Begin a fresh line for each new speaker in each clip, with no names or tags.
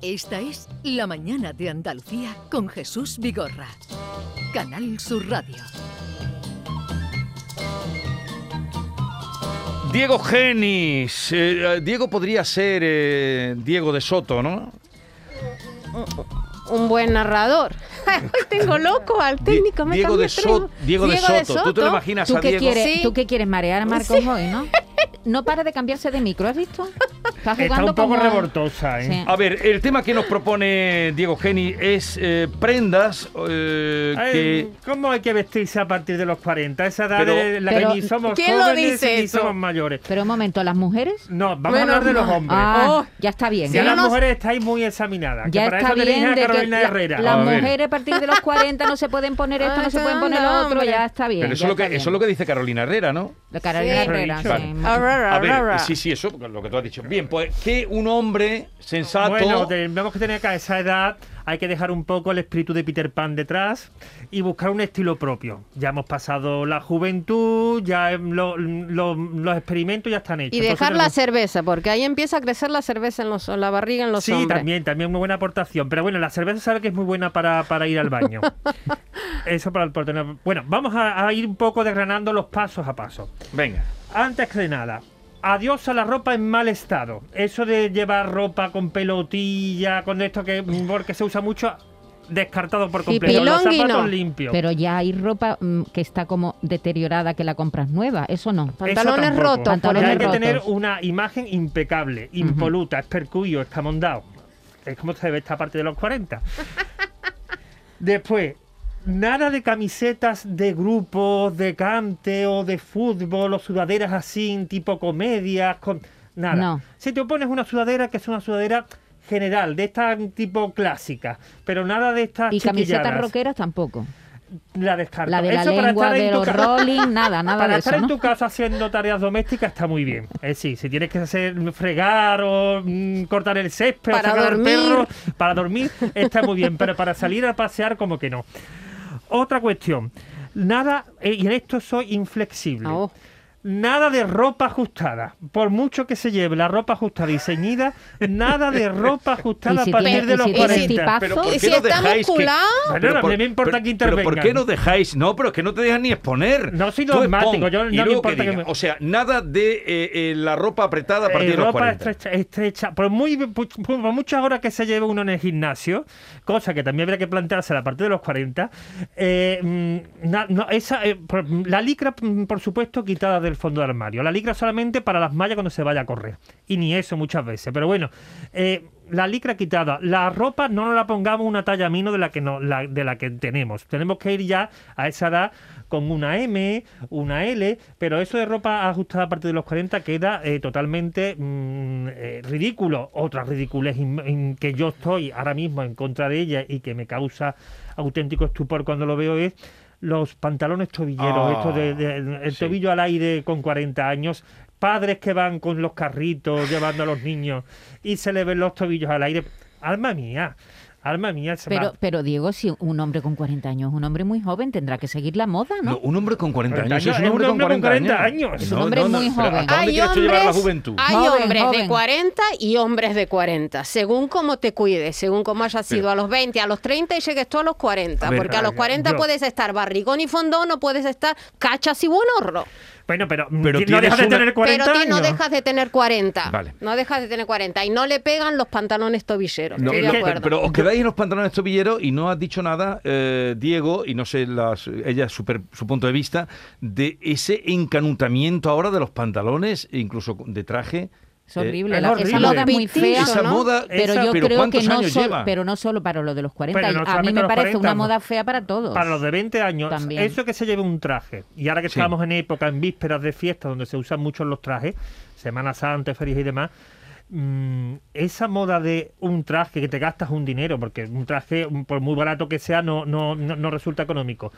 Esta es La Mañana de Andalucía con Jesús Vigorra. Canal Sur Radio.
Diego Genis. eh, Diego podría ser eh, Diego de Soto, ¿no?
un buen narrador. Hoy tengo loco al técnico. me
Diego
cambió
de
tres.
Soto- Diego de Soto. ¿Tú te lo imaginas
¿Tú
a
qué,
Diego?
quieres,
Sí.
tú qué quieres marear a Marcos hoy, ¿no? No para de cambiarse de micro, ¿has visto? Está jugando
Está un poco
como-
revoltosa, ¿eh?
Sí.
A ver, el tema que nos propone Diego Geni es eh, prendas eh,
Ay,
que...
¿Cómo hay que vestirse a partir de los 40? Esa edad
Pero-
de la
Pero-
que ni somos
¿Quién lo
jóvenes
dice
ni
eso?
somos mayores.
Pero un momento, ¿las mujeres?
No, vamos
Bueno,
a hablar de los
no.
hombres.
Ah,
Oh.
ya está bien.
Ya
Sí,
las
no nos-
mujeres estáis muy examinadas.
Ya
que para
está
eso tenéis
bien
a
de que
Carolina
la-
Herrera.
las
A ver.
mujeres a partir de los 40 no se pueden poner esto, no se pueden poner lo
Anda,
otro,
Ah, hombre.
ya está bien.
Pero eso
ya
es, lo que,
está
eso es
bien.
lo que dice Carolina Herrera, ¿no?
La Carolina
Sí.
Herrera,
Vale.
sí.
Arrara,
A ver,
arrara.
sí, sí, eso lo que tú has dicho. Bien, pues que un hombre sensato...
Bueno, tenemos que tener que a esa edad hay que dejar un poco el espíritu de Peter Pan detrás y buscar un estilo propio. Ya hemos pasado la juventud, ya em, lo- lo- los experimentos ya están hechos.
Y
Entonces
dejar la
tenemos-
cerveza, porque ahí empieza a crecer la cerveza en los, la barriga en los
Sí,
hombres.
también, también muy buena aportación. Pero bueno, la cerveza sabe que es muy buena para, para ir al baño. Eso para el por tener- Bueno, vamos a, a ir un poco desgranando los pasos a paso.
Venga.
Antes que nada, adiós a la ropa en mal estado. Eso de llevar ropa con pelotilla, con esto que porque se usa mucho, descartado por completo. Los
Pilongui no.
zapatos limpios.
Pero ya hay ropa mm, que está como deteriorada que la compras nueva, eso no.
Eso
Pantalones
tampoco.
rotos,
Porque
pantalones
hay que
rotos.
tener una imagen impecable, impoluta, espercuyo, escamondado. Es como se ve esta parte de los 40. Después, nada de camisetas de grupos, de cante o de fútbol o sudaderas así, tipo comedias, con nada.
No.
Si te pones una sudadera que es una sudadera general, de esta tipo clásica, pero nada de estas
Y camisetas
chiquilladas.
rockeras tampoco.
La descarto.
La de la
Eso para
lengua
estar en
de
tu
los
ca-
rolling, nada, nada
para
de
estar
eso,
en
¿no?
tu casa haciendo tareas domésticas está muy bien. Es sí, si tienes que hacer fregar o mm, cortar el césped
Para
o sacar al
dormir.
perro para dormir está muy bien, pero para salir a pasear como que no. Otra cuestión. Nada, eh, y en esto soy inflexible.
Ah, oh.
Nada de ropa ajustada. Por mucho que se lleve la ropa ajustada y ceñida, nada de ropa ajustada
Y si
a partir
tiene-
de
y
los
Eh, si tiene
40.
tipazo,
Pero ¿por
Y
qué
si
no
está
dejáis que-
musculado.
Bueno, a mí me importa
pero-
que
pero ¿por
intervengan.
qué no dejáis? No, pero es que no te dejan ni exponer.
No soy
Tú expon,
dogmático, yo-
y
no me
luego
importa que
digan.
me-
O sea, nada de eh, eh, la ropa apretada a partir
Eh,
de los
ropa
40.
estrecha, estrecha. Por, muy, por muchas horas que se lleve uno en el gimnasio, cosa que también habría que plantearse a partir de los 40, eh, mm, na- no, esa, eh, por- la licra, mm, por supuesto, quitada del fondo del armario. La licra solamente para las mallas cuando se vaya a correr. Y ni eso muchas veces. Pero bueno, eh, la licra quitada. La ropa no nos la pongamos una talla menos de la que, no, la- de la que tenemos. Tenemos que ir ya a esa edad con una M, una L, pero eso de ropa ajustada a partir de los 40 queda eh, totalmente mm, eh, ridículo. Otra ridiculez in- in que yo estoy ahora mismo en contra de ella y que me causa auténtico estupor cuando lo veo es los pantalones tobilleros,
Ah,
estos de, de- el
sí.
tobillo al aire con 40 años, padres que van con los carritos llevando a los niños y se le ven los tobillos al aire. Alma mía, alma mía. se
Pero,
va-
pero Diego, si un hombre con 40 años es un hombre muy joven, tendrá que seguir la moda, ¿no?
No, un hombre con 40
40
años es un
años,
hombre con 40
años.
años.
Es un hombre muy
espera,
joven.
¿A dónde
Hay
quieres tú llevar a la
hombres,
juventud?
hay
Joven,
hombres de
joven.
40 y hombres de 40, según cómo te cuides, según cómo hayas
Pero-
sido a los 20, a los 30 y llegues tú a los 40,
A ver,
porque a los
ah,
40
yo-
puedes estar barrigón y fondón no puedes estar cachas y buenorro.
Bueno, pero, mm,
Pero
no
tienes
dejas de
una-
tener 40
Pero ti no
años.
dejas de tener 40.
Vale.
No dejas de tener 40 y no le pegan los pantalones tobilleros.
No,
estoy de
no,
acuerdo.
pero, pero os quedáis en los pantalones tobilleros y no has dicho nada, eh, Diego, y no sé las, ella super- su punto de vista, de ese encanutamiento ahora de los pantalones, e incluso de traje.
Es
eh,
horrible,
es
la-
horrible.
esa moda es muy
Pitillo,
fea.
esa
¿no?
moda,
Pero
Esa-
yo
pero
creo que
¿cuántos
no
años
solo,
lleva?
pero no solo para lo de los 40.
Pero no
a mí
solamente
me
los
parece
40,
una moda fea para todos.
Para los de 20 años,
También.
eso que se lleve un traje, y ahora que
Sí.
estamos en época, en vísperas de fiestas, donde se usan mucho los trajes, Semana Santa, ferias y demás, mm, esa moda de un traje que te gastas un dinero, porque un traje, mm, por muy barato que sea, no, no, no, no resulta económico,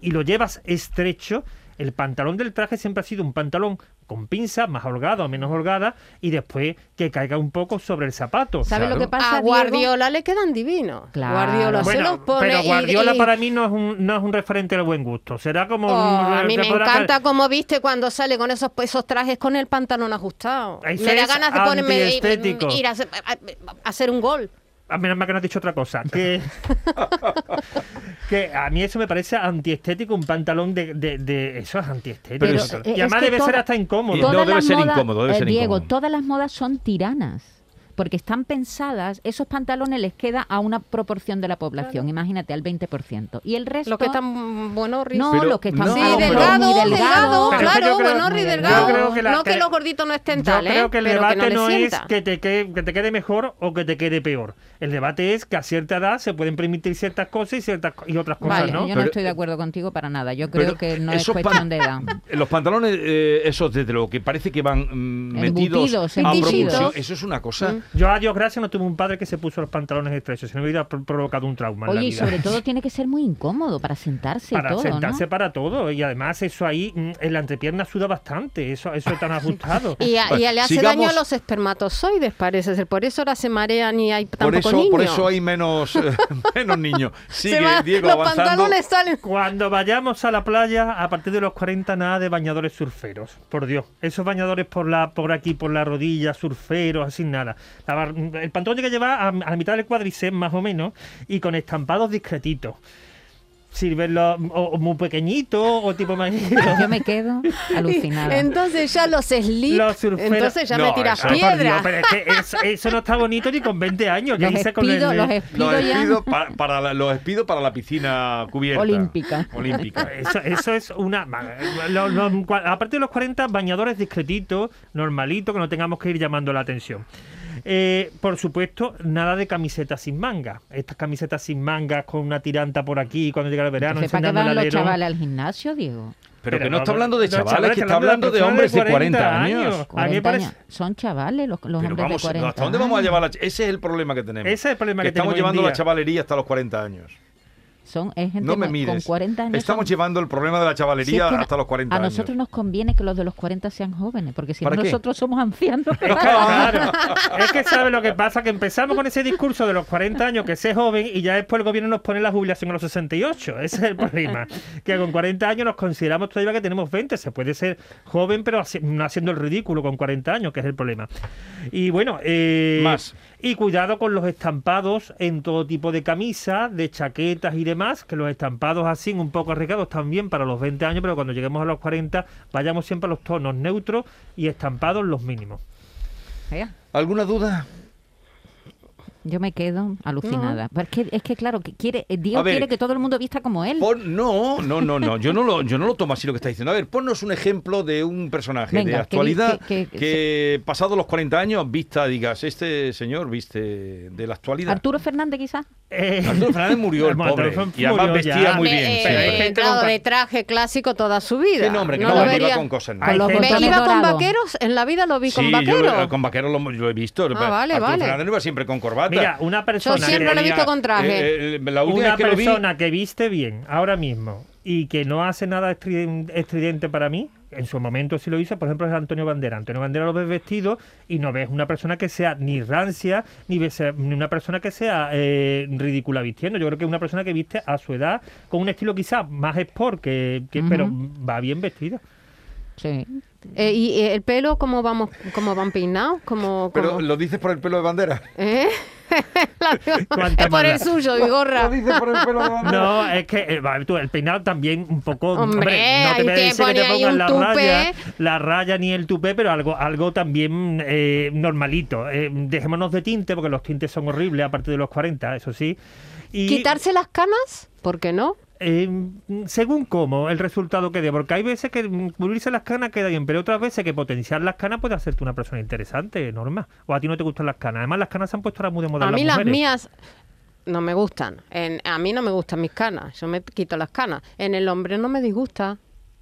y lo llevas estrecho, el pantalón del traje siempre ha sido un pantalón con pinzas, más holgada o menos holgada, y después que caiga un poco sobre el zapato.
¿Sabes
Claro.
lo que pasa,
A
Diego?
Guardiola le quedan divinos.
Claro.
Guardiola se
Bueno,
los pone.
pero
y-
Guardiola
y-
para mí no es, un, no es un referente del buen gusto. Será como...
Oh,
un-
a mí
te
me
podrá caer-
encanta cómo viste cuando sale con esos, esos trajes con el pantalón ajustado.
Eso
me da
es
ganas de ponerme
antiestético.
ir a, hacer- a- a- a hacer un gol.
Ah, menos mal que no has dicho otra cosa. Que, que a mí eso me parece antiestético, un pantalón de, de- de- Eso es antiestético.
Pero
es-
y además
es que
debe ser
toda-
hasta incómodo.
No,
Todas
debe
las
ser
modas-
incómodo, debe
eh,
ser
Diego,
incómodo.
todas las modas son tiranas. Porque están pensadas, esos pantalones les queda a una proporción de la población, imagínate, al 20%. Y el resto.
Lo que están bueno, Riz.
No,
Pero-
los que están
no,
Sí,
pero-
muy
delgado,
delgados,
delgado,
Pero es que
claro,
yo creo-
bueno, Riz,
yo
delgado.
creo que la-
no que
que-
los gorditos no estén
Yo
tal, ¿eh?
creo que el
pero
debate
que no, le
no, es
sienta.
que te, que, que te quede mejor o que te quede peor. El debate es que a cierta edad se pueden permitir ciertas cosas y ciertas co- y otras cosas,
Vale,
¿no.
yo no
Pero-
estoy de acuerdo contigo para nada. Yo
Pero
creo que no es
esos pan-
cuestión de edad.
Los pantalones, eh, esos desde lo que parece que van mm, metidos
Embutidos, Mm.
a
embutidos.
proporción, eso es una cosa.
Yo a Dios gracias no tuve un padre que se puso los pantalones estrechos, si no me hubiera pro- provocado un trauma. en la
Oye, y
vida.
sobre todo tiene que ser muy incómodo para sentarse
para
y todo,
sentarse
¿no?
para todo. Y además eso ahí, mm, en la entrepierna suda bastante, eso, eso tan ajustado.
Y, a- y a- le hace
Sigamos.
daño a los espermatozoides, parece ser. Por eso ahora se marean y hay
Por
tampoco
eso,
niños.
por eso hay menos, eh, menos niños. Sigue,
Se va-
Diego,
los
avanzando.
pantalones salen.
Cuando vayamos a la playa, a partir de los 40 nada de bañadores surferos. Por Dios, esos bañadores por la por aquí, por la rodilla, surferos, así nada. La bar- el pantalón tiene que llevar a, a la mitad del cuádriceps más o menos y con estampados discretitos. Sirvenlo o, o muy pequeñito o tipo más...
Pues Yo me quedo alucinada.
Entonces ya los slip,
Los surferos.
entonces ya me
No,
tiras
eso-
Ay, por Dios,
piedra.
pero es que eso, eso no está bonito ni con 20 años. ¿Qué
Los
hice con
despido,
el-
los despido
Los
ya.
despido para, para la, los despido para la piscina cubierta.
Olímpica.
Olímpica.
Eso, eso es una. ma- los- los- cua- aparte de los 40, bañadores discretitos, normalito, que no tengamos que ir llamando la atención. Eh, por supuesto, nada de camisetas sin manga. Estas camisetas sin mangas con una tiranta por aquí cuando llega el verano,
Entonces, ¿Para qué
enseñando el
van los
alero.
chavales al gimnasio, Diego?
Pero, que no,
vamos,
está hablando de
los
chavales, que está hablando de,
personas
hombres de 40, años.
A mí
40
me parece.
años. Son chavales los, los
Pero
hombres
vamos,
de 40.
¿hasta dónde vamos a
años.
llevar la ch- Ese es el problema que tenemos.
Ese es el problema que
Estamos
tenemos hoy en
llevando la
día.
chavalería hasta los 40 años.
Son, es gente
No me
con-
mires.
con 40 años.
Estamos
son-
llevando el problema de la
Si es
chavalería
que no-
hasta los 40
A
años.
nosotros nos conviene que los de los 40 sean jóvenes, porque si no,
¿Para qué?
nosotros somos ancianos.
Es que, claro, es que sabe lo que pasa, que empezamos con ese discurso de los 40 años, que se es joven, y ya después el gobierno nos pone la jubilación a los 68. Ese es el problema. Que con 40 años nos consideramos todavía que tenemos 20. Se puede ser joven, pero haci- no haciendo el ridículo con 40 años, que es el problema. Y bueno, eh,
Más.
Y cuidado con los estampados en todo tipo de camisas, de chaquetas y demás, que los estampados así, un poco arriesgados también para los 20 años, pero cuando lleguemos a los 40, vayamos siempre a los tonos neutros y estampados los mínimos.
Vea,
¿Alguna duda?
Yo me quedo alucinada. Pero Es, que, es que, claro, que quiere, eh,
A
Diego
ver.
quiere que todo el mundo vista como él.
Pon- no, no, no, no. Yo no lo, yo no lo tomo así lo que estás diciendo. A ver, ponnos un ejemplo de un personaje de
Venga, que
actualidad
vi-
que,
que- que-
pasado los 40 años vista, digas, este señor viste de la actualidad.
Arturo Fernández, quizás.
Eh,
Arturo Fernández murió el
Bueno,
pobre
Arturo Fernández
y además
murió ya.
vestía muy bien.
Eh,
Pero hay
siempre.
gente con
claro,
cua-
de traje clásico toda su vida.
Que no, hombre, que no,
lo
iba
vería-
con cosas. no.
Hay
los
gente-
¿Me
botones
iba con
dorados.
vaqueros? En la vida lo vi con
Sí, yo
vaqueros.
eh, con vaqueros lo, lo he visto.
vale,
Arturo
vale.
Fernández no iba siempre con corbata.
Mira, una persona,
Yo siempre
que-
lo he visto
tenía,
con traje.
eh, eh, la última
una
vez que lo vi,
persona que viste bien ahora mismo y que no hace nada estriden- estridente para mí, en su momento sí lo hizo, por ejemplo, es Antonio Bandera. Antonio Bandera lo ves vestido y no ves una persona que sea ni rancia, ni, ves- ni una persona que sea eh, ridícula vistiendo. Yo creo que es una persona que viste a su edad con un estilo quizás más sport, que, que- pero va bien vestida.
Sí.
Eh, ¿Y eh, el pelo cómo, vamos, cómo van peinados? ¿Cómo,
pero
cómo?
lo dices por el pelo de bandera.
¿Eh? La-
Cuánta
es por el
maldad.
suyo, Vigorra.
dices por el pelo de
No, es que eh, va, tú, el peinado también un poco.
Hombre,
no te
ahí
voy a
te
decir que
pone
te
ahí
pongas
un
la
tupé.
raya, la raya ni el tupé, pero algo, algo también eh, normalito. Eh, dejémonos de tinte, porque los tintes son horribles a partir de los 40, eso sí. Y,
¿Quitarse las canas? ¿Por qué no?
eh, según cómo, el resultado que dé, porque hay veces que mm, cubrirse las canas queda bien, pero otras veces que potenciar las canas puede hacerte una persona interesante, Norma. O a ti no te gustan las canas. Además, las canas se han puesto ahora muy de moda.
A
en
mí
las,
las
mujeres.
mías no me gustan. En- a mí no me gustan mis canas. Yo me quito las canas. En el hombre no me disgusta.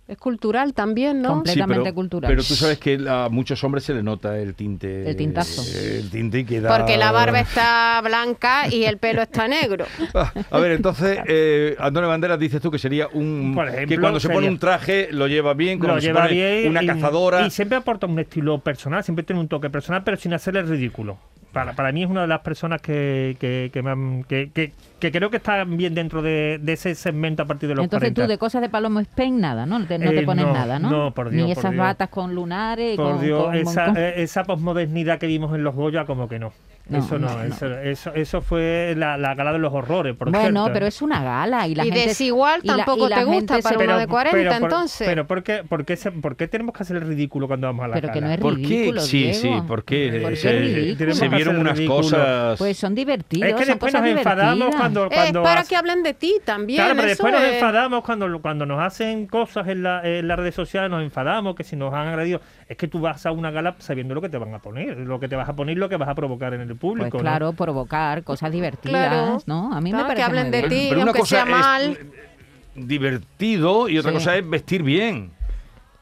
Es cultural también, ¿no?
Comple- completamente cultural.
Pero tú sabes que a muchos hombres se le nota el tinte.
El tintazo.
eh, El tinte y queda.
Porque la barba está blanca y el pelo está negro.
Ah, A ver, entonces, eh, Antonio Banderas dices tú que sería un.
Por ejemplo,
que cuando se pone
sería-
un traje lo lleva bien, cuando
lo
se
lleva
pone
bien
una
y-
cazadora.
y siempre aporta un estilo personal siempre tiene un toque personal pero sin hacerle el ridículo para, para mí es una de las personas que, que, que me han- que- que- que creo que está bien dentro de, de ese segmento a partir de los
Entonces
40.
tú de cosas de Palomo Spain nada, ¿no? Te- no
Eh,
te pones
no,
nada, ¿no?
no, por Dios,
Ni
por
esas
Dios.
batas con lunares. y
Por
con,
Dios,
con-
esa,
con-
eh, esa posmodernidad que vimos en los Goya como que no
No,
eso no,
no, no.
Eso, eso, eso fue la, la gala de los horrores, por
bueno,
cierto.
pero es una gala y la
Y
gente...
desigual
la-
tampoco te gusta
gente se-
para una
pero-
de 40,
pero por-
entonces.
Pero ¿por qué, por, qué se- por qué tenemos que hacer el ridículo cuando vamos a la
Pero que
gala?
no es
¿Por qué?
ridículo,
Sí, sí,
Diego.
porque
¿Por qué
se,
es ridículo?
se vieron
Hacer
unas
ridículo.
cosas.
Pues son divertidos,
es que
son
después
cosas
nos enfadamos
divertidas.
cuando,
Es
cuando
para
hace-
que hablen de ti también.
Claro, pero
eso
después nos
es-
enfadamos cuando, cuando nos hacen cosas en, la, en las redes sociales, nos enfadamos, que si nos han agredido. Es que tú vas a una gala sabiendo lo que te van a poner, lo que te vas a poner, lo que vas a provocar en el público.
Pues
¿no?
claro, provocar cosas divertidas,
Claro.
¿no? A mí
Claro,
me
que
parece
hablen
muy
de
bien.
ti.
Pero una
aunque
cosa
sea mal.
es divertido y otra
Sí.
cosa es vestir bien.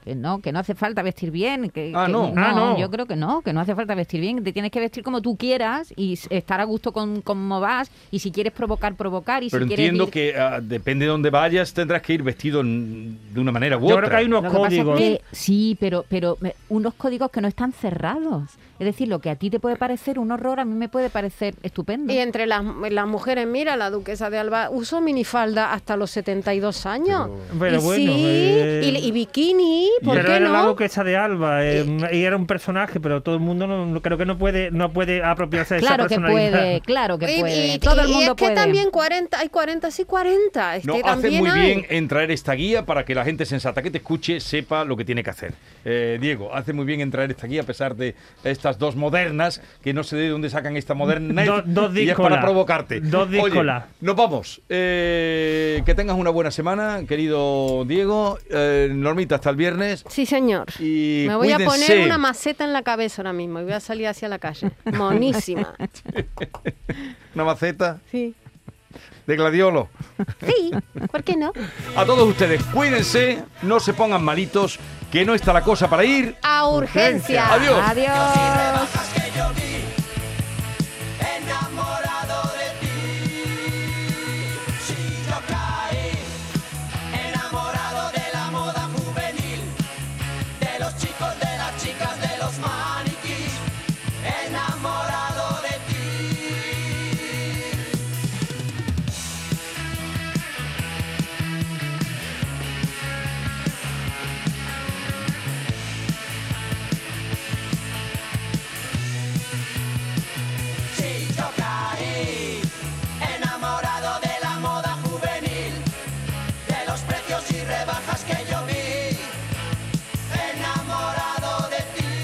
Que no, que no hace falta vestir bien. Que,
Ah,
que
no.
Ah, no.
Yo creo que no, que no hace falta vestir bien. que Te tienes que vestir como tú quieras y s- estar a gusto con cómo vas. Y si quieres provocar, provocar. Y
Pero
si quieres
entiendo
ir-
que ah, depende de dónde vayas tendrás que ir vestido en- de una manera u
Yo
otra.
creo que hay unos
Lo que pasa es
códigos.
que- sí, pero, pero me- unos códigos que no están cerrados. Es decir, lo que a ti te puede parecer un horror, a mí me puede parecer estupendo.
Y entre las, las mujeres, mira, la duquesa de Alba usó minifalda hasta los 72 años.
Pero
y
bueno,
sí,
eh,
y, y bikini, ¿por
pero
qué
era la
no?
duquesa de Alba eh, y era un personaje, pero todo el mundo no, no- creo que no puede no puede apropiarse de
Claro
esa
que
personalidad.
puede, claro que
Y-
puede.
y-
Todo el
y
mundo
es que
puede.
también 40, hay 40, sí 40. Es
No,
que
hace
también
muy
hay.
bien en traer esta guía para que la gente sensata que te escuche sepa lo que tiene que hacer. Eh, Diego, hace muy bien en traer esta guía a pesar de estas dos modernas, que no sé de dónde sacan esta moderna.
Do- dos
y es para
díscolas.
provocarte.
Dos
Oye,
díscolas.
nos vamos. Eh, que tengas una buena semana, querido Diego. Eh, Normita, hasta el viernes.
Sí, señor.
Y
Me voy a
cuídense.
poner una maceta en la cabeza ahora mismo y voy a salir hacia la calle. Monísima.
Una maceta
Sí.
de gladiolo.
Sí, ¿por qué no?
A todos ustedes, cuídense, no se pongan malitos, que no está la cosa para ir.
A urgencia.
Adiós.
Adiós.
enamorado de ti. Si yo caí, enamorado de la moda juvenil, de los chicos, de las chicas, de los maniquís, enamorado de ti. Si yo caí, enamorado de la moda juvenil, de los precios y rebajas que yo vi, enamorado de ti.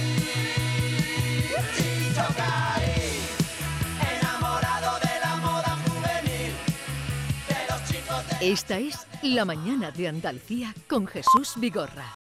Si yo caí, enamorado de la moda juvenil, de los chicos de...
Esta es La Mañana de Andalucía con Jesús Vigorra.